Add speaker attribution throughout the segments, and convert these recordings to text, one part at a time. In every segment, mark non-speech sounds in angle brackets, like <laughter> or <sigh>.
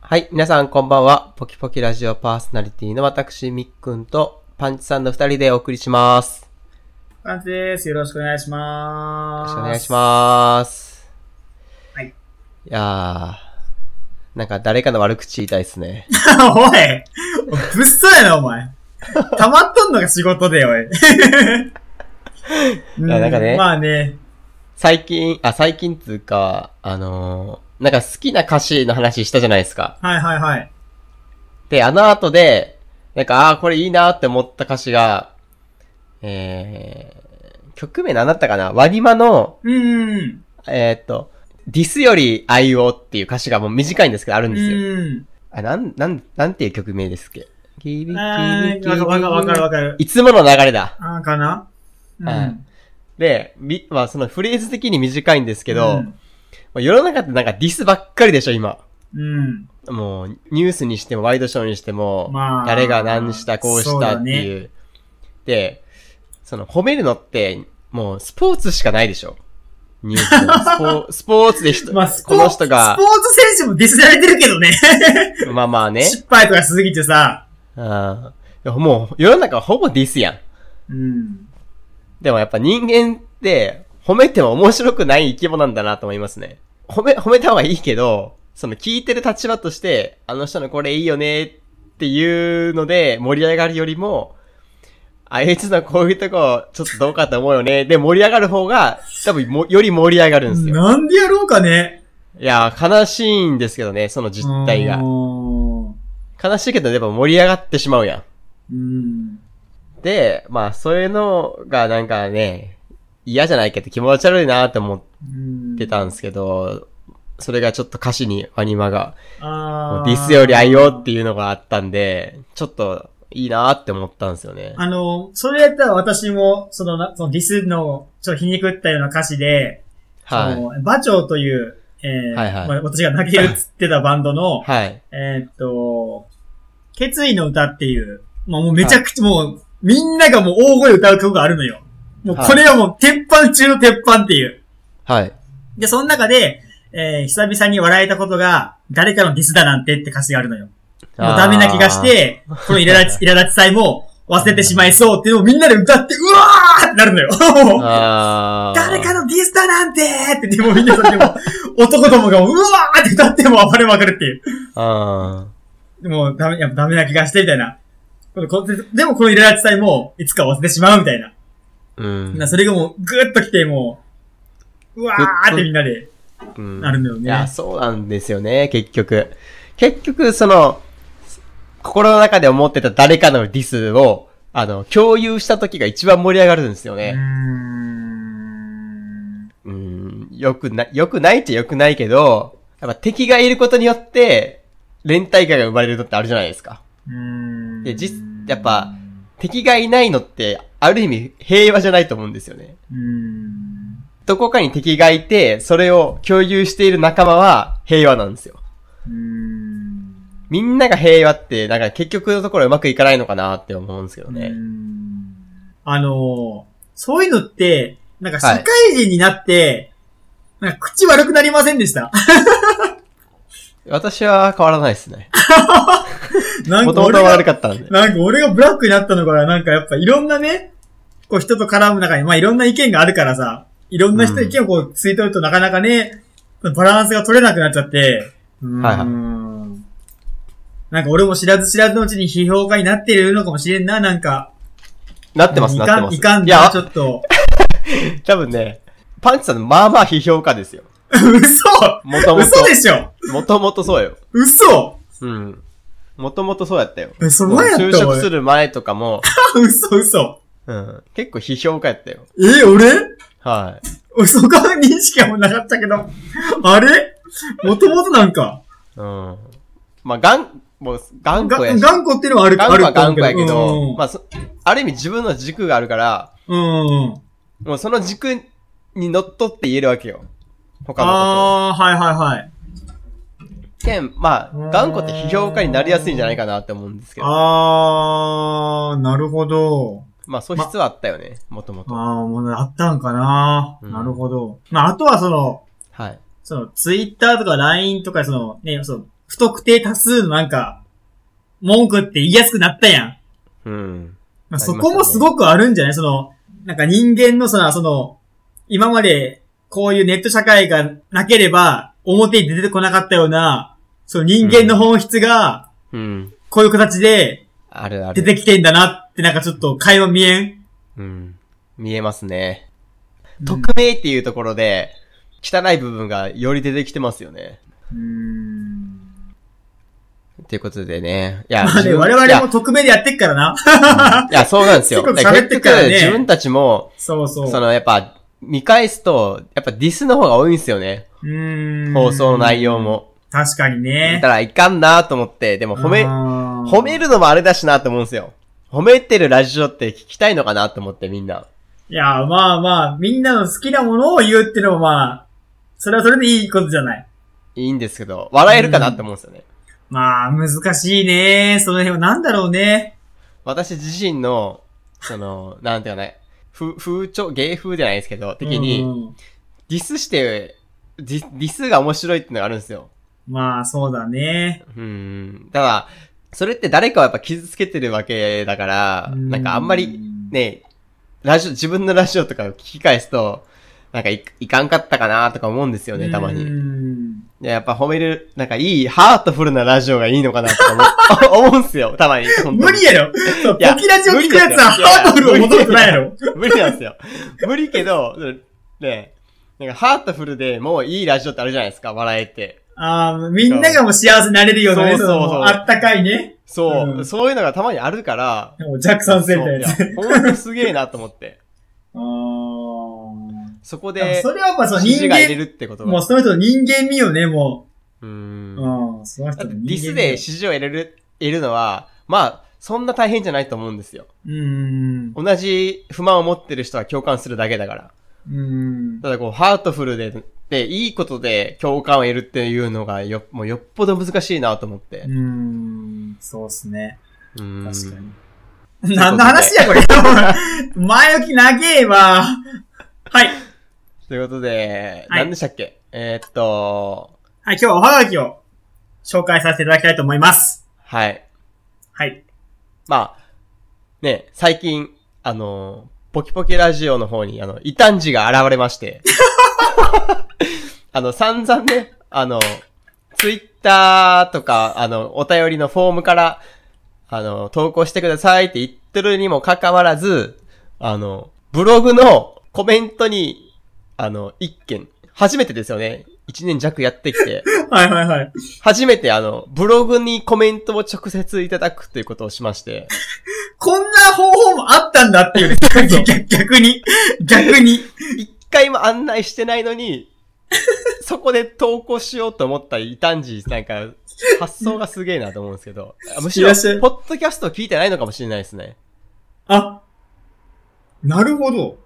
Speaker 1: はい、皆さんこんばんは。ポキポキラジオパーソナリティの私、みっくんとパンチさんの二人でお送りします。
Speaker 2: パンチです。よろしくお願いし
Speaker 1: よ
Speaker 2: ま
Speaker 1: ろ
Speaker 2: す。
Speaker 1: しくお願いします。
Speaker 2: はい
Speaker 1: いやー、なんか誰かの悪口言いたいっすね。
Speaker 2: <laughs> おいおいぶっそやな、
Speaker 1: <laughs>
Speaker 2: お前。溜まっとんのが仕事で、おい。う
Speaker 1: やなんかね
Speaker 2: まあね。
Speaker 1: 最近、あ、最近っつうか、あのー、なんか好きな歌詞の話したじゃないですか。
Speaker 2: はいはいはい。
Speaker 1: で、あの後で、なんか、ああー、これいいなーって思った歌詞が、えー、曲名何だったかなワニマの、
Speaker 2: うーん。
Speaker 1: えーっと、ディスより愛をっていう歌詞がもう短いんですけどある
Speaker 2: うん
Speaker 1: ですよ。
Speaker 2: ー
Speaker 1: あ、なん、なん、なんていう曲名ですっけキビキビ
Speaker 2: ん。あー、わかわかわかるわかる。
Speaker 1: いつもの流れだ。
Speaker 2: あー、かなうん。
Speaker 1: うんで、み、まあそのフレーズ的に短いんですけ
Speaker 2: う
Speaker 1: ど、
Speaker 2: ん
Speaker 1: まあ世の中ってなんかディスばっかりでしょ、今。
Speaker 2: うん。
Speaker 1: もう、ニュースにしても、ワイドショーにしても、
Speaker 2: まあ
Speaker 1: 誰が何した、こうしたって
Speaker 2: そう
Speaker 1: いう。で、その、褒めるのって、もう、スポーツしかないでしょ。ニュースでもスポスポーツで人、
Speaker 2: まあ、スポ
Speaker 1: この
Speaker 2: ーツ、
Speaker 1: 人
Speaker 2: スポー
Speaker 1: が、
Speaker 2: ツ選手もディスられてるけどね。
Speaker 1: まあまあね。
Speaker 2: <laughs> 失敗とかしすぎてさ。
Speaker 1: あもう、世の中はほぼディスやん。
Speaker 2: うん。
Speaker 1: でもやっぱ人間って、褒めても面白くない生き物なんだなと思いますね。褒め、褒めた方がいいけど、その聞いてる立場として、あの人のこれいいよねっていうので盛り上がるよりも、あいつのこういうとこ、ちょっとどうかと思うよね。で、盛り上がる方が、多分も、より盛り上がるんですよ。
Speaker 2: なんでやろうかね。
Speaker 1: いやー、悲しいんですけどね、その実態が
Speaker 2: う。ーん
Speaker 1: 悲しいけど、やっぱ盛り上がってしまうやん。
Speaker 2: うん。
Speaker 1: で、まあ、そういうのがなんかね、嫌じゃないけど気持ち悪いなって思って
Speaker 2: うん
Speaker 1: ってたんですけど、それがちょっと歌詞にアニマが、もう
Speaker 2: あー
Speaker 1: ディスより愛用っていうのがあったんで、ちょっといいなーって思ったんですよね。
Speaker 2: あの、それやったら私も、そのな、そのディスの、ちょっと皮肉ったような歌詞で、そ
Speaker 1: はい。
Speaker 2: の馬長という、えー
Speaker 1: はいはい
Speaker 2: まあ、私が泣けるっつってたバンドの、
Speaker 1: はい。
Speaker 2: えーっと、決意の歌っていう、まあもうめちゃくちゃ、もう、みんながもう大声歌う曲があるのよ。もうこれはもう鉄板中の鉄板っていう。
Speaker 1: はい。
Speaker 2: で、その中で、えー久々に笑えたことが、誰かのディスだなんてって歌詞があるのよ。もうダメな気がし
Speaker 1: あー。
Speaker 2: て、この苛
Speaker 1: <laughs>
Speaker 2: 立ち、苛立ちさえも忘れてしまいそうっていうのをみんなで歌って、うわーってなるのよ。もう
Speaker 1: あー
Speaker 2: <laughs> 誰かのディスタなんてって、でもみんなそれでも、男どもがうわーって歌っても暴れまくるっていう。
Speaker 1: あ
Speaker 2: でもダメ、やっぱダメな気がしてみたいな。このこでもこの苛立ちさえも、いつか忘れてしまうみたいな。
Speaker 1: ーうん。
Speaker 2: なそれがもう、ぐーっと来て、もう、うわーってみんなで、
Speaker 1: うん
Speaker 2: なるんだよね
Speaker 1: いや、そうなんですよね、結局。結局、その、心の中で思ってた誰かのディスを、あの、共有した時が一番盛り上がるんですよ
Speaker 2: うー
Speaker 1: ね。
Speaker 2: ん。
Speaker 1: うーん、よくな、よくないっちゃよくないけど、やっぱ敵がいることによって、連帯感が生まれるのってあるじゃないですか。
Speaker 2: うーん
Speaker 1: で実やっぱ、敵がいないのって、ある意味平和じゃないと思うんですよね。
Speaker 2: うーん。
Speaker 1: どこかに敵がいて、それを共有している仲間は平和なんですよ。
Speaker 2: うーん。
Speaker 1: みんなが平和って、なんか結局のところうまくいかないのかなって思うんですけど
Speaker 2: う
Speaker 1: ね。
Speaker 2: んあのー、そういうのって、なんか
Speaker 1: はい
Speaker 2: 社会人になって、なんか口悪くなりませんでした。 <laughs>
Speaker 1: 私は変わらないですね。
Speaker 2: なん
Speaker 1: も
Speaker 2: か
Speaker 1: とも
Speaker 2: 俺
Speaker 1: と悪か
Speaker 2: が、
Speaker 1: ったんで。
Speaker 2: なんか俺がブラックになったのから、なんかやっぱいろんなね、こう人と絡む中に、まあいろんな意見があるからさ、いろんな人の意見をこうついてるとなかなかね、バランスが取れなくなっちゃって、うーん
Speaker 1: はいはい
Speaker 2: なんか俺も知らず知らずのうちに批評家になっているのかもしれんな、なんか。
Speaker 1: なってます、
Speaker 2: い
Speaker 1: なって
Speaker 2: か
Speaker 1: ま
Speaker 2: ん、
Speaker 1: す。
Speaker 2: いかん
Speaker 1: いや
Speaker 2: な、ち、ょっと。
Speaker 1: 多分ね、パンチさんまあまあ批評家ですよ。
Speaker 2: 嘘
Speaker 1: もともと。
Speaker 2: 嘘でしょ
Speaker 1: もともとそうよ。
Speaker 2: 嘘
Speaker 1: うん。もともとそうやったよ。
Speaker 2: え、その前や
Speaker 1: もう
Speaker 2: っ
Speaker 1: 就
Speaker 2: た
Speaker 1: 職す
Speaker 2: 俺。
Speaker 1: る前とかも、
Speaker 2: <laughs> 嘘嘘。
Speaker 1: うん。結構批評家やったよ。
Speaker 2: え、俺
Speaker 1: はい。
Speaker 2: 俺そこは認識はもうなかったけど。あれもともとなんか、
Speaker 1: うん。まあ、がん、もう、頑
Speaker 2: が
Speaker 1: 固やし。
Speaker 2: 頑固っていうのはある、
Speaker 1: 頑
Speaker 2: あ
Speaker 1: 固
Speaker 2: る
Speaker 1: は頑固やけ
Speaker 2: うん
Speaker 1: ど、まあ、そある意味自分の軸があるから、
Speaker 2: うんうんうん。
Speaker 1: もうその軸にのっとって言えるわけよ。他のこ
Speaker 2: ああ、はいはいはい。
Speaker 1: とを。けん、まあ
Speaker 2: うーん、
Speaker 1: 頑固って批評家になりやすいんじゃないかなって思うんですけど。
Speaker 2: ああ、なるほど。
Speaker 1: まあ、素質はあったよね、もともと。
Speaker 2: ああ、もうあったんかな、
Speaker 1: うん
Speaker 2: なるほど。まあ、あとはその、
Speaker 1: はい。
Speaker 2: その、ツイッターとか LINE とか、その、ね、その、不特定多数のなんか、文句って言いやすくなったやん。
Speaker 1: うん。
Speaker 2: まあ、そこもすごくあるんじゃないその、なんか人間のその、その、今までこういうネット社会がなければ、表に出てこなかったような、その人間の本質が、
Speaker 1: うん。
Speaker 2: こういう形で
Speaker 1: あるあ
Speaker 2: 出
Speaker 1: る。
Speaker 2: てきてんだなって、なんかちょっと会話見えん。
Speaker 1: うん。見えますね。
Speaker 2: うん
Speaker 1: 匿名っていうところで、汚い部分がより出てきてますよね。
Speaker 2: うん。
Speaker 1: ということでね。いや、
Speaker 2: まあ
Speaker 1: 自
Speaker 2: ね、
Speaker 1: 分
Speaker 2: 我
Speaker 1: いや
Speaker 2: 々も匿名でやってっからな。
Speaker 1: いや、そうなんです
Speaker 2: <laughs>
Speaker 1: よ。
Speaker 2: すごく
Speaker 1: だから
Speaker 2: 喋
Speaker 1: 結
Speaker 2: って
Speaker 1: 局、
Speaker 2: からね
Speaker 1: 自分たちも、
Speaker 2: そうそう。
Speaker 1: そのやっぱ、見返すと、やっぱディスの方が多いんですよね。
Speaker 2: うん。
Speaker 1: 放送の内容。も。
Speaker 2: 確かに
Speaker 1: だ
Speaker 2: ね。
Speaker 1: からいかんなと思って、でも褒め、
Speaker 2: 褒
Speaker 1: 褒めるのもあれだしなと思うんですよ。褒めてるラジオって聞きたいのかなと思ってみんな。
Speaker 2: いや、まあまあ、みんなの好きなものを言うってのもまあ、それはそれでいいことじゃない。
Speaker 1: いいんですけど、笑えるかなって思うんですよね。
Speaker 2: まあ、難しいね。その辺はなんだろうね。
Speaker 1: 私自身の、その、なんていうかね、風、風潮、芸風じゃないですけど、的
Speaker 2: う
Speaker 1: に、
Speaker 2: ん
Speaker 1: ディスして、ディディスが面白いっていうのがあるんですよ。
Speaker 2: まあ、そうだね。
Speaker 1: うん。ただ、それって誰かをやっぱ傷つけてるわけだから、
Speaker 2: うん
Speaker 1: なんかあんまり、ね、ラジオ、自分のラジオとかを聞き返すと、なんかいいかんかったかなとか思うんですよね、たまに。
Speaker 2: うん
Speaker 1: いや、やっぱ褒める、なんかいい、ハートフルなラジオがいいのかなとか思う <laughs> 思うんすよ、たまに。本当
Speaker 2: 無
Speaker 1: に
Speaker 2: 理やろ。そう、ポ
Speaker 1: いや
Speaker 2: キラジオ聞くやつ
Speaker 1: 無
Speaker 2: は
Speaker 1: 理ですよ
Speaker 2: ハートフルを求めてないやろ。
Speaker 1: 無理なんですよ。無理けど、ね、なんかハートフルでもういいラジオってあるじゃないですか、笑えて。
Speaker 2: ああ、みんながもう幸せになれるような
Speaker 1: そ
Speaker 2: ね、
Speaker 1: うそうそう
Speaker 2: のあったかいね。
Speaker 1: そう、
Speaker 2: うん
Speaker 1: そういうのがたまにあるから、
Speaker 2: もうジャックさん
Speaker 1: そう
Speaker 2: 生
Speaker 1: い
Speaker 2: みたいな
Speaker 1: や
Speaker 2: やつ。あ、
Speaker 1: ほんとすげえなと思って。
Speaker 2: あー。
Speaker 1: そこ
Speaker 2: でも
Speaker 1: で、
Speaker 2: それはやっぱその
Speaker 1: 指
Speaker 2: 人
Speaker 1: 示が入れ
Speaker 2: 間、
Speaker 1: るってこと
Speaker 2: もう
Speaker 1: が。
Speaker 2: その人の人間味よね、も
Speaker 1: う
Speaker 2: う。
Speaker 1: ん。
Speaker 2: うん、その人
Speaker 1: だって
Speaker 2: の人間味。
Speaker 1: ディスで指示を入れる、入れるのは、まあ、そんな大変じゃないと思うんですよ。
Speaker 2: うん。
Speaker 1: 同じ不満を持ってる人は共感するだけだから。
Speaker 2: うん。
Speaker 1: ただこう、ハートフルで、で、いいことで共感を得るっていうのがよ、もうよっぽど難しいなと思って
Speaker 2: う。ん。そうっすね。
Speaker 1: うん
Speaker 2: 確かに。何の話
Speaker 1: <laughs>
Speaker 2: や、これ。前置き長えわ。はい。
Speaker 1: ということで、
Speaker 2: はい
Speaker 1: 何でしたっけえーっと、
Speaker 2: はい、今日はおはがきを紹介させていただきたいと思います。
Speaker 1: はい。
Speaker 2: はい。
Speaker 1: まあ、ね、最近、あの、ポキポキラジオの方に、あの、異端児が現れまして。 <laughs> あの、散々ね、あの、ツイッターとか、あの、お便りのフォームから、あの、投稿してくださいって言ってるにもかかわらず、あの、ブログのコメントに、あの、一件、初めてですよね。一年弱やってきて。
Speaker 2: はいはいはい。
Speaker 1: 初めてあの、ブログにコメントを直接いただくということをしまして、
Speaker 2: こんな方法もあったんだっていうね。逆逆に。逆に。
Speaker 1: 一回も案内してないの
Speaker 2: <laughs>
Speaker 1: に、そこで投稿しようと思った異端児、なんか、発想がすげえなと思うんですけど、あむし
Speaker 2: い
Speaker 1: ろ
Speaker 2: らっしゃい、
Speaker 1: ポッドキャストを聞いてないのかもしれないですね。
Speaker 2: あ、なるほど。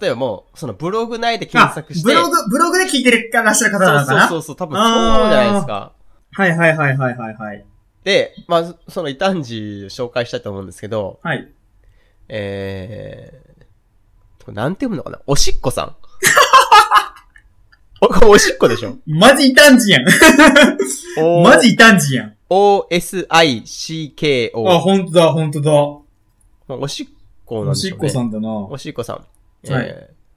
Speaker 1: 例えばもう、そのブログ内で検
Speaker 2: あ
Speaker 1: 索し、て、
Speaker 2: ブログ、ブログで聞いてるらっしゃる方なのかな
Speaker 1: そうそうそう、多分そうじゃないですか。
Speaker 2: はいはいはいはいはいはい。
Speaker 1: で、まあ、その異端児紹介したいと思うんですけど、
Speaker 2: はい。
Speaker 1: えー、これなんて読むのかなおしっこさ
Speaker 2: <laughs>
Speaker 1: ん。お、これおしっこでしょ
Speaker 2: マジ異端児やん。
Speaker 1: お
Speaker 2: マジ異端児やん。あ、
Speaker 1: ?OSICKO。
Speaker 2: ほんとだ、ほんとだ。
Speaker 1: まあおしっこなん
Speaker 2: お
Speaker 1: で
Speaker 2: し
Speaker 1: しょ
Speaker 2: っ
Speaker 1: うね。
Speaker 2: こさんだな。
Speaker 1: おしっこさん。えー
Speaker 2: は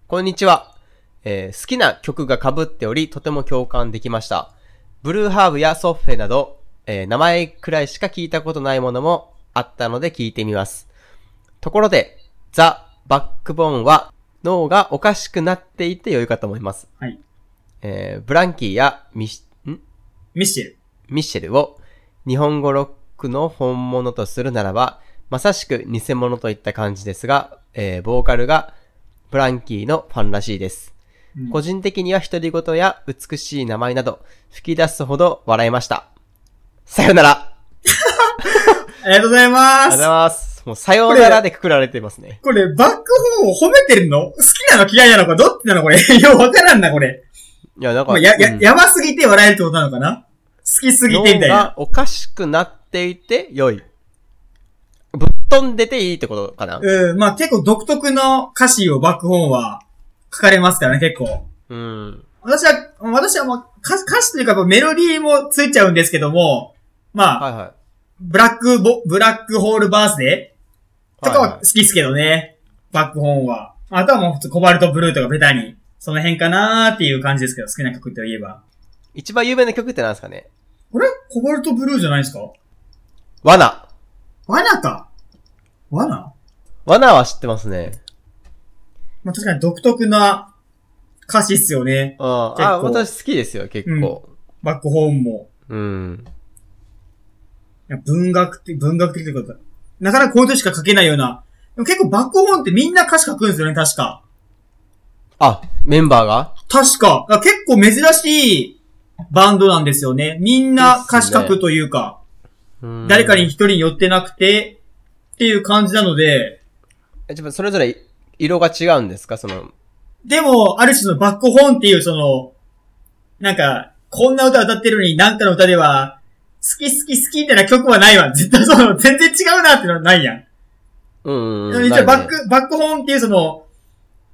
Speaker 1: こんにちは、えー好きな曲が被っており、とても共感できました。ブルーハーブやソッフェなど、えー名前くらいしか聞いたことないものもあったので聞いてみます。ところで、ザ・バックボーンは脳がおかしくなっていて良いかと思います。
Speaker 2: はい
Speaker 1: えーブランキーやミシ、ん
Speaker 2: ミシェル。
Speaker 1: ミッシェルを日本語ロックの本物とするならば、まさしく偽物といった感じですが、えーボーカルがブランキーのファンらしいです。
Speaker 2: うん
Speaker 1: 個人的には独り言や美しい名前など吹き出すほど笑いました。さよならあ
Speaker 2: ありがとうござい
Speaker 1: りが
Speaker 2: ま
Speaker 1: とうござ
Speaker 2: す
Speaker 1: い。ます。もうさよならでくくられてますね。
Speaker 2: これ、バックホーンを褒めてるの好きなの嫌いなのかどっちなのこれ。 <laughs> ようわからんな、これ。
Speaker 1: いや、なん
Speaker 2: ま
Speaker 1: か、
Speaker 2: あや、や、
Speaker 1: うん
Speaker 2: やばすぎて笑えるってことなのかな好きすぎてみたい
Speaker 1: 脳
Speaker 2: な。
Speaker 1: がおかしくなっていて良い。ぶっ飛んでていいってことかな
Speaker 2: うん、まあ結構独特の歌詞をバックホーンは書かれますからね、結構。
Speaker 1: うん。
Speaker 2: 私は、私はもう歌詞歌詞というかメロディーもついちゃうんですけども、まあ、
Speaker 1: はいはい。
Speaker 2: ブラックボ、ブラックホールバースデーとか
Speaker 1: はい
Speaker 2: は
Speaker 1: はい
Speaker 2: 好きですけどね。バックホーンは。あとはもう普通コバルトブルーとかベタに。その辺かなーっていう感じですけど、好きな曲といえば。
Speaker 1: 一番有名な曲って何ですかね
Speaker 2: これコバルトブルーじゃないですか
Speaker 1: 罠。
Speaker 2: 罠か。罠
Speaker 1: 罠は知ってますね。
Speaker 2: まあ、確かに独特な歌詞っすよね。
Speaker 1: うん。あ、
Speaker 2: 構
Speaker 1: 私好きですよ、結構。
Speaker 2: バックホーンも。
Speaker 1: うん。
Speaker 2: いや文学的、文学的というか、なかなかこういうとしか書けないような。でも結構バックホーンってみんな歌詞書くんですよね、確か。
Speaker 1: あ、メンバーが
Speaker 2: 確か。だから結構珍しいバンドなんですよね。みんな歌詞書くという
Speaker 1: う
Speaker 2: か、
Speaker 1: ん
Speaker 2: 誰かに一人寄ってなくて、っていう感じなので、
Speaker 1: え、ちょっとそれぞれ色が違うんですかその、
Speaker 2: でも、ある種のバックホーンっていうその、なんか、こんな歌歌ってるのになんかの歌では、好き好き好きみたいな曲はないわ。絶対その、全然違うなってのはないやん。
Speaker 1: うんうんうん、
Speaker 2: 一応
Speaker 1: な
Speaker 2: バ
Speaker 1: る
Speaker 2: ッ
Speaker 1: ね
Speaker 2: ク、バックホーンっていうその、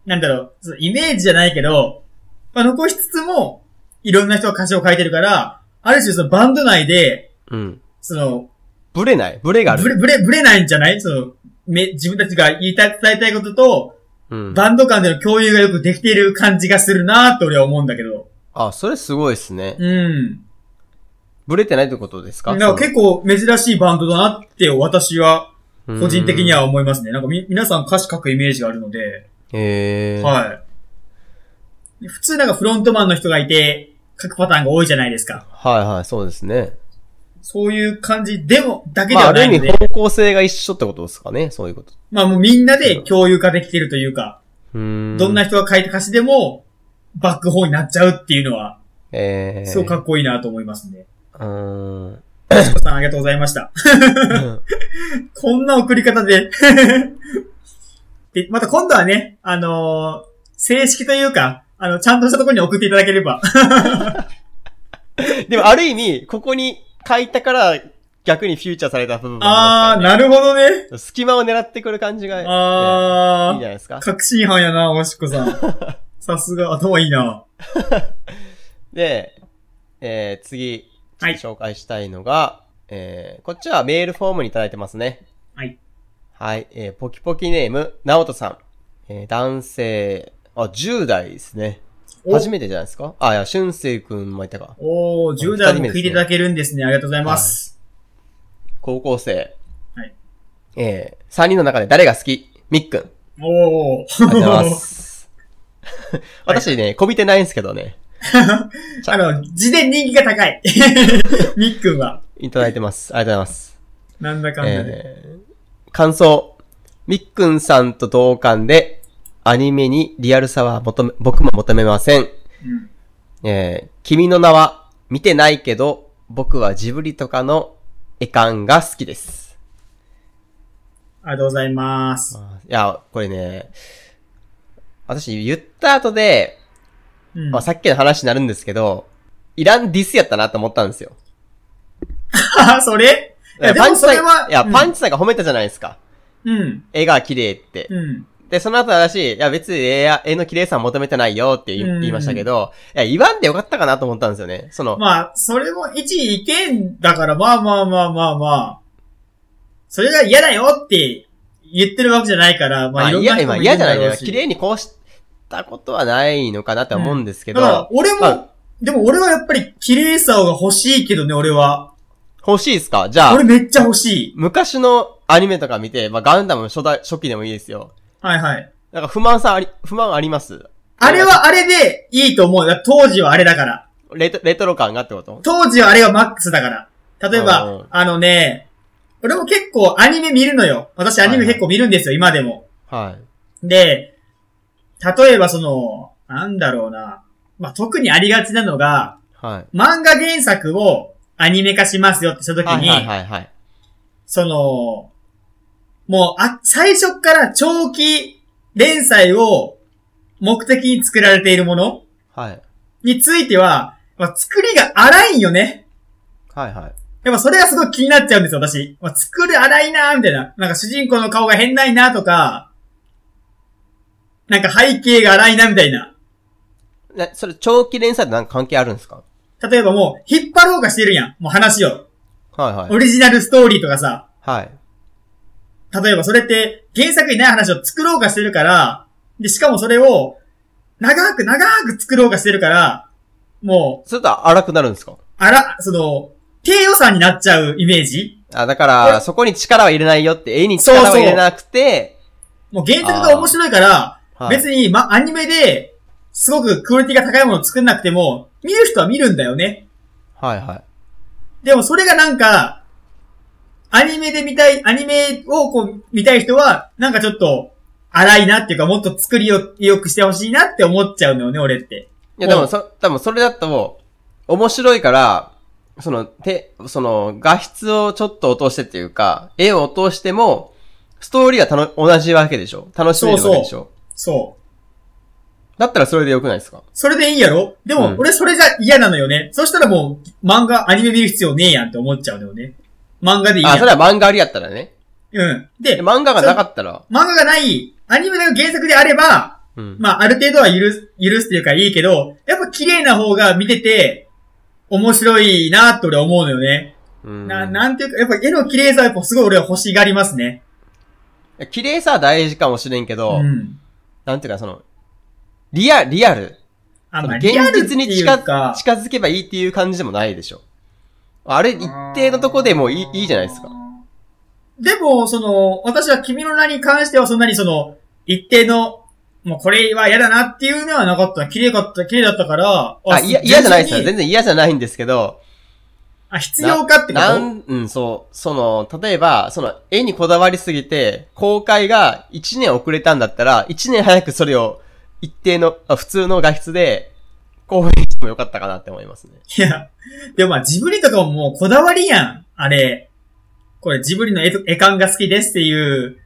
Speaker 2: なんだろう、そのイメージじゃないけど、まあ、残しつつも、いろんな人が歌詞を書いてるから、ある種そのバンド内で、
Speaker 1: うん。
Speaker 2: その、
Speaker 1: ブレないブレがある。
Speaker 2: ブレ、ブレ、ブレないんじゃないその、め、自分たちが言いたい、伝えたいことと、
Speaker 1: うん。
Speaker 2: バンド間での共有がよくできている感じがするなって俺は思うんだけど。
Speaker 1: あ、それすごいですね。
Speaker 2: うん。
Speaker 1: ブレてないってことですか
Speaker 2: なんか結構珍しいバンドだなって私は、個人的に。
Speaker 1: その
Speaker 2: は思いますね。なんかみ、皆さん歌詞書くイメージがあるので。
Speaker 1: うんへえ。
Speaker 2: はい。普通なんかフロントマンの人がいて、書くパターンが多いじゃないですか。
Speaker 1: はいはい、そうですね。
Speaker 2: そういう感じでも、だけで
Speaker 1: まあ、
Speaker 2: は
Speaker 1: ある
Speaker 2: ない
Speaker 1: 意
Speaker 2: の
Speaker 1: 味
Speaker 2: で、
Speaker 1: 方向性が一緒ってことですかねそういうこと。
Speaker 2: まあもうみんなで共有化できてるというか、
Speaker 1: うーん。
Speaker 2: どんな人が書いた歌詞でも、バックホーンになっちゃうっていうのは、
Speaker 1: ええ。
Speaker 2: すごくかっこいいなと思いますね。
Speaker 1: うーん。
Speaker 2: しこさんありがとうございました。こんな送り方で <laughs> で、また今度はね、あのー正式というか、あの、ちゃんとしたところに送っていただければ。
Speaker 1: <laughs> でも、ある意味、ここに書いたから、逆にフューチャーされた部分も
Speaker 2: あ
Speaker 1: あ
Speaker 2: ー、
Speaker 1: ります
Speaker 2: なるほどね。
Speaker 1: からね隙間を狙ってくる感じが、
Speaker 2: あー
Speaker 1: いいじゃないですか。
Speaker 2: 確信犯やな、おしっこ
Speaker 1: <laughs>
Speaker 2: さん。さすが、頭いいな。
Speaker 1: で、えー、次、
Speaker 2: はい
Speaker 1: 紹介したいのが、えー、こっちはメールフォームにいただいてますね。
Speaker 2: はい。
Speaker 1: はい、えー、ポキポキネーム、ナオトさん。えー、男性、あ、10代ですね。
Speaker 2: お
Speaker 1: 初めてじゃないですかあ、いや、俊生くんもいたか。
Speaker 2: おー、10代も聞いていただけるんですね。ありがとうございます。
Speaker 1: 高校生。
Speaker 2: はい。
Speaker 1: えー、3人の中で誰が好きみっくん。
Speaker 2: おー。
Speaker 1: ありがとうござ
Speaker 2: <laughs>
Speaker 1: います。私ね、こびてないんですけどね。
Speaker 2: あの、事前人気が高い。 <laughs> みっくんは、
Speaker 1: いただいてます。ありがとうございます。
Speaker 2: なんだかんだで。
Speaker 1: えー感想。みっくんさんと同感で、アニメにリアルさは求め、僕も求めません。
Speaker 2: うん
Speaker 1: えー君の名は見てないけど、僕はジブリとかの絵感が好きです。
Speaker 2: ありがとうございます。
Speaker 1: あいや、これね、私言った後で、
Speaker 2: うん
Speaker 1: まあ、さっきの話になるんですけど、いらんディスやったなと思ったんですよ。
Speaker 2: それいや、で
Speaker 1: パン
Speaker 2: も
Speaker 1: チ
Speaker 2: そ
Speaker 1: さん、
Speaker 2: れは、
Speaker 1: いや、パン
Speaker 2: チ。
Speaker 1: チさんが褒めたじゃないですか。
Speaker 2: うん。
Speaker 1: 絵が綺麗って。
Speaker 2: うん。
Speaker 1: で、その後私、いや別に絵や絵の綺麗さは求めてないよって言
Speaker 2: うん
Speaker 1: い言いましたけど、いや、言わんでよかったかなと思ったんですよね。その、
Speaker 2: まあ、それも一意見だから、まあまあまあまあまあ。それが嫌だよって言ってるわけじゃないから、ま
Speaker 1: ま
Speaker 2: あ
Speaker 1: あ
Speaker 2: いろんな
Speaker 1: 嫌、
Speaker 2: 人
Speaker 1: ま
Speaker 2: も
Speaker 1: あ
Speaker 2: いる
Speaker 1: 嫌
Speaker 2: ん
Speaker 1: じゃ
Speaker 2: だ
Speaker 1: ない
Speaker 2: ろ
Speaker 1: ね
Speaker 2: う。し。
Speaker 1: 綺麗にこうしたことはないのかなとは思うんですけど、
Speaker 2: だから、俺も、
Speaker 1: まあ
Speaker 2: でも俺はやっぱり綺麗さが欲しいけどね、俺は。
Speaker 1: 欲しいですかじゃあ
Speaker 2: 俺、めっちゃ欲しい。
Speaker 1: 昔のアニメとか見て、まあガンダム初代、初期でもいいですよ。
Speaker 2: はいはい。
Speaker 1: なんか不満さんあり、不満あります
Speaker 2: あれはあれでいいと思う。だから当時はあれだから。
Speaker 1: レトレトロ感がってこと
Speaker 2: 当時はあれがマックスだから。例えば、
Speaker 1: うん
Speaker 2: あのね、俺も結構アニメ見るのよ。私アニメ結構見るんですよ、今でも。
Speaker 1: はい。
Speaker 2: で、例えばその、なんだろうな。まあ、特にありがちなのが、
Speaker 1: はい。
Speaker 2: 漫画原作をアニメ化しますよってした時
Speaker 1: はい
Speaker 2: に、
Speaker 1: はいはいはい。
Speaker 2: その、もう、あ、最初から長期連載を目的に作られているもの
Speaker 1: はい。
Speaker 2: については、まあ、作りが荒いんよね。
Speaker 1: はいはい。
Speaker 2: やっぱそれがすごい気になっちゃうんですよ、私。まあ、作る荒いなーみたいな。なんか主人公の顔が変ないなとか、なんか背景が荒いなみたいな。
Speaker 1: なそれ長期連載となんか関係あるんですか
Speaker 2: 例えばもう、引っ張ろうがしてるやん。もう話を。
Speaker 1: はいはい。
Speaker 2: オリジナルストーリーとかさ、
Speaker 1: はい。
Speaker 2: 例えばそれって原作にない話を作ろうかしてるから、で、しかもそれを長く長く作ろうかしてるから、も
Speaker 1: それと荒くなるんですか
Speaker 2: う、あら、その、低予算になっちゃうイメージ
Speaker 1: あ、だから、そこに力は入れないよって、絵に力は入れなくて、
Speaker 2: もう原作が面白いから、
Speaker 1: はい、
Speaker 2: 別に、ま、アニメで、すごくクオリティが高いものを作んなくても、見る人は見るんだよね。
Speaker 1: はいはい。
Speaker 2: でもそれがなんか、アニメで見たい、アニメをこう見たい人は、なんかちょっと、荒いなっていうか、もっと作りを良くしてほしいなって思っちゃうのよね、俺って。
Speaker 1: いや、で
Speaker 2: う
Speaker 1: も、
Speaker 2: ん
Speaker 1: そ、多分それだと、面白いから、その、て、その、画質をちょっと落としてっていうか、絵を落としても、ストーリーはたの同じわけでしょ楽しめるわけでしょ
Speaker 2: そう。
Speaker 1: だったらそれでよくないですか
Speaker 2: それでいいやろで
Speaker 1: う
Speaker 2: も、
Speaker 1: ん
Speaker 2: 俺それじゃ嫌なのよね。そしたらもう、漫画、アニメ見る必要ねえやんって思っちゃうのよね。漫画でいいや
Speaker 1: あ、
Speaker 2: ん。
Speaker 1: それは漫画ありやったらね。
Speaker 2: うん。
Speaker 1: で
Speaker 2: で、漫
Speaker 1: 漫画がなかったら、
Speaker 2: 画がない、アニメが原作であれば、
Speaker 1: うん。
Speaker 2: まあ、ある程度は許す、許すっていうかいいけど、やっぱ綺麗な方が見てて、面白いなって俺は思うのよね。
Speaker 1: うん
Speaker 2: な、なんていうか、やっぱ絵の綺麗さはやっぱすごい俺は欲しがりますね。
Speaker 1: いや綺麗さは大事かもしれんけ
Speaker 2: う
Speaker 1: ど、
Speaker 2: ん。
Speaker 1: なんていうかその、リア、リアル。
Speaker 2: あんまり
Speaker 1: 現
Speaker 2: リアルって
Speaker 1: 実に
Speaker 2: いう
Speaker 1: 近
Speaker 2: か、
Speaker 1: 近づけばいいっていう感じでもないでしょ。あれ、一定のとこでもういいいいじゃないですか。
Speaker 2: でも、その、私は君の名に関してはそんなにその、一定の、もうこれは嫌だなっていうのはなかった。綺麗かった、綺麗だったから、
Speaker 1: あ、いや、嫌じゃないですよ。
Speaker 2: 純粋に
Speaker 1: 全然嫌じゃないんですけど、
Speaker 2: あ、必要かってこ
Speaker 1: な
Speaker 2: と
Speaker 1: ん、うん、そう、その、例えば、その、絵にこだわりすぎて、公開が1年遅れたんだったら、1年早くそれを、一定の、あ普通の画質で、公開してもよかったかなって思いますね。
Speaker 2: いや、でもまあジブリとかももうこだわりやん、あれ。これジブリの絵と絵感が好きですっていう、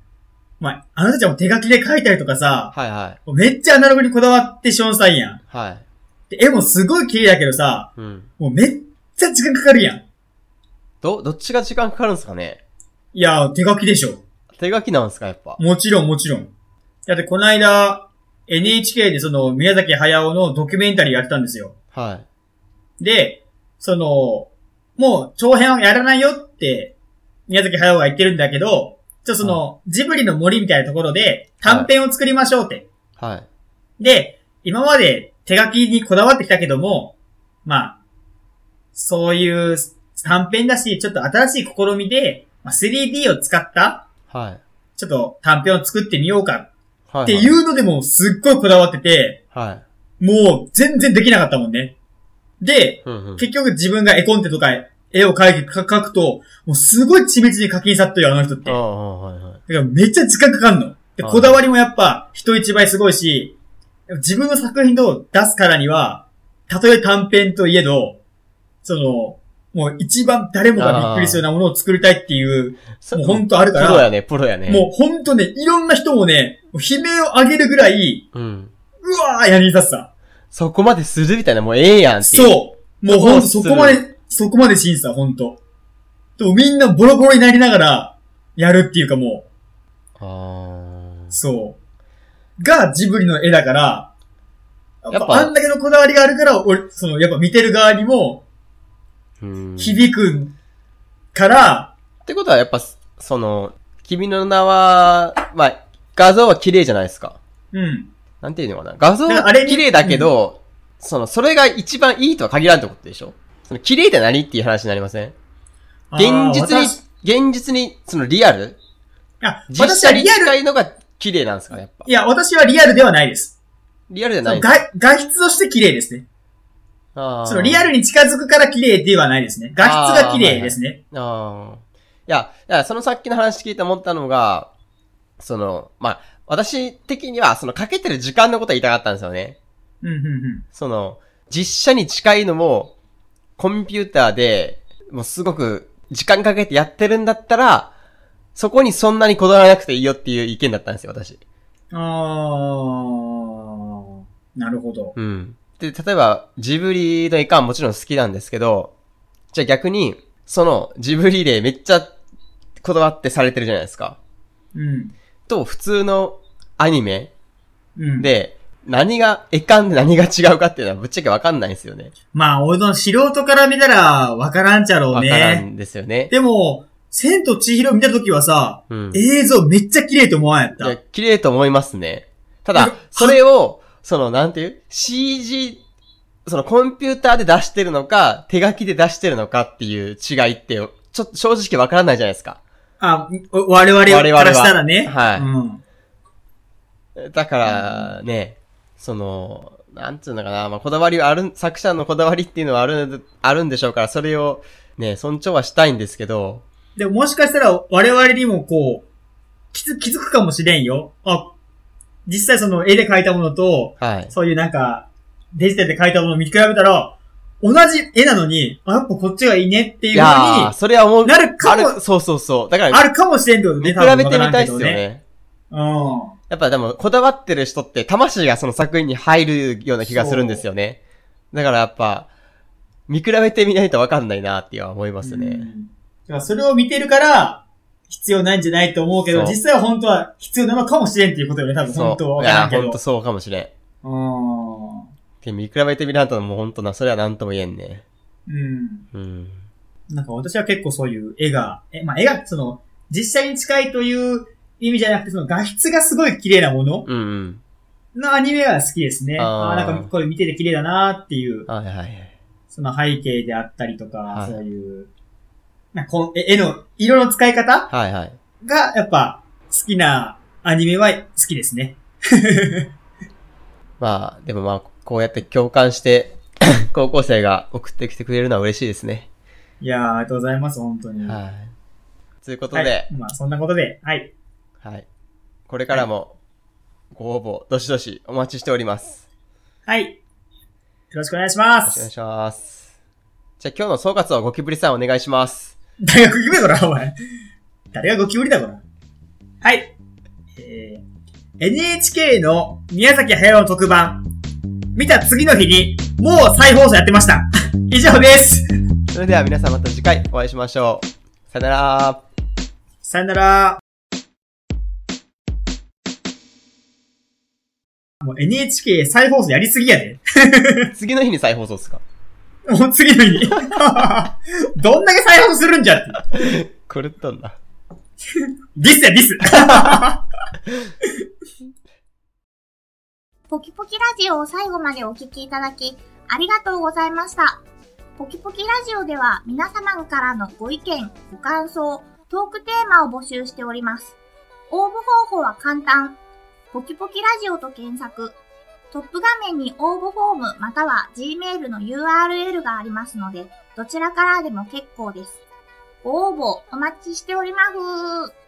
Speaker 2: まあ、あなたちゃんも手書きで描いたりとかさ、
Speaker 1: はいはい。
Speaker 2: めっちゃアナログにこだわって詳細やん。
Speaker 1: はい。
Speaker 2: で絵もすごい綺麗だけどさ、
Speaker 1: うん。
Speaker 2: もうめっちゃ時間かかるやん。
Speaker 1: ど、どっちが時間かかるんですかね
Speaker 2: いや、手書きでしょ。
Speaker 1: 手書きなんですか、やっぱ。
Speaker 2: もちろん、もちろん。だって、この間、NHK でその、宮崎駿のドキュメンタリーやってたんですよ。
Speaker 1: はい。
Speaker 2: で、その、もう、長編はやらないよって、宮崎駿が言ってるんだけど、ちょ、その、ジブリの森みたいなところで、短編を作りましょうって。
Speaker 1: はい。
Speaker 2: で、今まで手書きにこだわってきたけども、まあ、そういう短編だし、ちょっと新しい試みで、まあ、3D を使った、
Speaker 1: はい。
Speaker 2: ちょっと短編を作ってみようか
Speaker 1: はい。
Speaker 2: ってい。うのでもすっごいこだわってて、
Speaker 1: はい。
Speaker 2: もう全然できなかったもんね。で、
Speaker 1: うんうん。
Speaker 2: 結局自分が絵コンテとか絵を描いてか描くと、もうすごい緻密に課金さっとるよ、あの人って。
Speaker 1: あ
Speaker 2: だか
Speaker 1: あ、はいはい。
Speaker 2: らめっちゃ時間かかんの。で、
Speaker 1: ああ
Speaker 2: こだわりもやっぱ人一倍すごいし、自分の作品を出すからには、たとえ短編といえど、その、もう一番誰もがびっくりするようなものを作りたいっていう、
Speaker 1: そ
Speaker 2: もうほんとある
Speaker 1: プ
Speaker 2: か
Speaker 1: ロ
Speaker 2: ら、
Speaker 1: やね、プロやね。
Speaker 2: もうほんとね、いろんな人もね、もう悲鳴を上げるぐらい、
Speaker 1: う。うん。
Speaker 2: うわー、やりさせた。
Speaker 1: そこまでするみたいな、もうええやんっていう。う。
Speaker 2: そうもうほんと
Speaker 1: そ
Speaker 2: そ
Speaker 1: こを
Speaker 2: こますで、そこまで審査、ほんと。でもみんなボロボロになりながら、やるっていうかも
Speaker 1: あ
Speaker 2: う、そう。が、ジブリの絵だから、やっぱ
Speaker 1: やっぱ
Speaker 2: あんだけのこだわりがあるから、俺、その、やっぱ見てる側にも、
Speaker 1: ーうん。
Speaker 2: 響くから、
Speaker 1: ってことは、やっぱ、その、君の名は、まあ、画像は綺麗じゃないですか。
Speaker 2: うん。
Speaker 1: なんていうのかな。画像
Speaker 2: だから
Speaker 1: は
Speaker 2: あれに
Speaker 1: 綺麗だけど、その、それが一番いいとは限らんってことでしょその、綺麗って何っていう話になりません
Speaker 2: あー
Speaker 1: 現実に
Speaker 2: 私、
Speaker 1: 現実に、そのリアル
Speaker 2: あ、
Speaker 1: 実
Speaker 2: 私は
Speaker 1: 写に
Speaker 2: リアル、
Speaker 1: 近いのが綺麗なんですか、やっぱ
Speaker 2: い。や、私はリアルではないです。
Speaker 1: リアルじゃない
Speaker 2: 外
Speaker 1: ですか。
Speaker 2: 画質として綺麗ですね。
Speaker 1: あー
Speaker 2: そのリアルに近づくから綺麗ではないですね。画質が綺麗ですね。
Speaker 1: ああ。いや、いや、そのさっきの話聞いて思ったのが、その、まあ、私的には、そのかけてる時間のことは言いたかったんですよね。
Speaker 2: うん、うん、うん。
Speaker 1: その、実写に近いのも、コンピューターで、もうすごく時間かけてやってるんだったら、そこにそんなにこだわらなくていいよっていう意見だったんですよ、私。
Speaker 2: あー、なるほど。
Speaker 1: うん。で、例えば、ジブリの絵感はもちろん好きなんですけど、じゃあ逆に、その、ジブリでめっちゃこだわってされてるじゃないですか。
Speaker 2: うん。
Speaker 1: と普通のアニメ
Speaker 2: うん。、
Speaker 1: で、何が、絵感で何が違うかっていうのはぶっちゃけわかんないんですよね。
Speaker 2: まあ、俺の素人から見たら、わからんちゃろう
Speaker 1: わから
Speaker 2: ね。
Speaker 1: んですよね。
Speaker 2: でも、千と千尋見たときはさ、
Speaker 1: うん。い
Speaker 2: 映像めっちゃ綺麗と思わんやった。
Speaker 1: や、綺麗と思いますね。た
Speaker 2: なん
Speaker 1: だ
Speaker 2: か、
Speaker 1: それを、その、なんていう ?CG、そのコンピューターで出してるのか、手書きで出してるのかっていう違いって、ちょっと正直わからないじゃないですか。
Speaker 2: あ、お我々からしたら
Speaker 1: 我
Speaker 2: ね。
Speaker 1: 々ははい
Speaker 2: うん。
Speaker 1: だからね、その、なんつうのかな、まあ、こだわりはあるん、作者のこだわりっていうのはある、あるんでしょうから、それをね、尊重はしたいんですけど、
Speaker 2: でももしかしたら我々にもこう、気づ気づくかもしれんよ。あ、実際その絵で描いたものと、
Speaker 1: はい。
Speaker 2: そういうなんか、デジタルで描いたものを見比べたら、同じ絵なのに、あ、やっぱこっちがいいねって
Speaker 1: い
Speaker 2: いう風
Speaker 1: やー、
Speaker 2: に
Speaker 1: それは思う。
Speaker 2: なるかも
Speaker 1: あるそうそうそう。だから、
Speaker 2: あるかもしれんってこと
Speaker 1: 見
Speaker 2: ね、
Speaker 1: 比
Speaker 2: 多分
Speaker 1: べてみたいっすよ
Speaker 2: わからんけ
Speaker 1: ね。
Speaker 2: どね。うん。
Speaker 1: やっぱでも、こだわってる人って、魂がその作品に入るような気がするんですよね。だからやっぱ、見比べてみないとわかんないなっていうのは思います
Speaker 2: うん
Speaker 1: ね。
Speaker 2: だからそれを見てるから、必要ないんじゃないと思うけど、
Speaker 1: そう
Speaker 2: 実際は本当は必要なのかもしれんっていうことよね、多分
Speaker 1: そう。
Speaker 2: 本当はわ
Speaker 1: い
Speaker 2: か
Speaker 1: や
Speaker 2: らん
Speaker 1: ー、
Speaker 2: け
Speaker 1: ほん
Speaker 2: ど
Speaker 1: と。そうかもしれん。
Speaker 2: うん。
Speaker 1: で見比べてみらんともうほんとな、それはなんとも言えんね。
Speaker 2: うん。
Speaker 1: うん。
Speaker 2: なんか私は結構そういう絵が、え、まあ、絵が、その、実写に近いという意味じゃなくて、その画質がすごい綺麗なもの
Speaker 1: うんうん。
Speaker 2: のアニメが好きですね。
Speaker 1: あー
Speaker 2: ああー、なんかこれ見てて綺麗だなっていう、
Speaker 1: はいはいはい。
Speaker 2: その背景であったりとか、
Speaker 1: はい
Speaker 2: そういう、なんかこうえ絵の、色の使い方
Speaker 1: はいはい。
Speaker 2: が、やっぱ、好きなアニメは好きですね。
Speaker 1: まあ、でもまあ、こうやって共感して、 <coughs> 高校生が送ってきてくれるのは嬉しいですね。
Speaker 2: いやー、ありがとうございます、本当に。はい。
Speaker 1: はい。ということで、
Speaker 2: まあ、そんなことで、はい。
Speaker 1: はい。これからも、ご応募、どしどしお待ちしております。
Speaker 2: はい。よろしくお願いしま
Speaker 1: よろしくお願い
Speaker 2: す。
Speaker 1: します。じゃあ今日の総括をゴキブリさんお願いします。
Speaker 2: 大学行けばこら、お前。誰がゴキブリだ、こら。はい。えー、NHK の宮崎駿の特番。見た次の日に、もう再放送やってました。 <laughs> 以上です。
Speaker 1: それでは皆さんまた次回お会いしましょう。さよなら。
Speaker 2: さよなら。もう NHK 再放送やりすぎやで。
Speaker 1: 次の日に再放送ですか
Speaker 2: もう次の日に。 <laughs> どんだけ再放送するんじゃって。
Speaker 1: 狂ったんだ。
Speaker 2: ディスや、ディス。
Speaker 3: ポキポキラジオを最後までお聞きいただき、ありがとうございました。ポキポキラジオでは皆様からのご意見、ご感想、トークテーマを募集しております。応募方法は簡単。ポキポキラジオと検索。トップ画面に応募フォームまたは Gmail の URL がありますので、どちらからでも結構です。ご応募お待ちしております。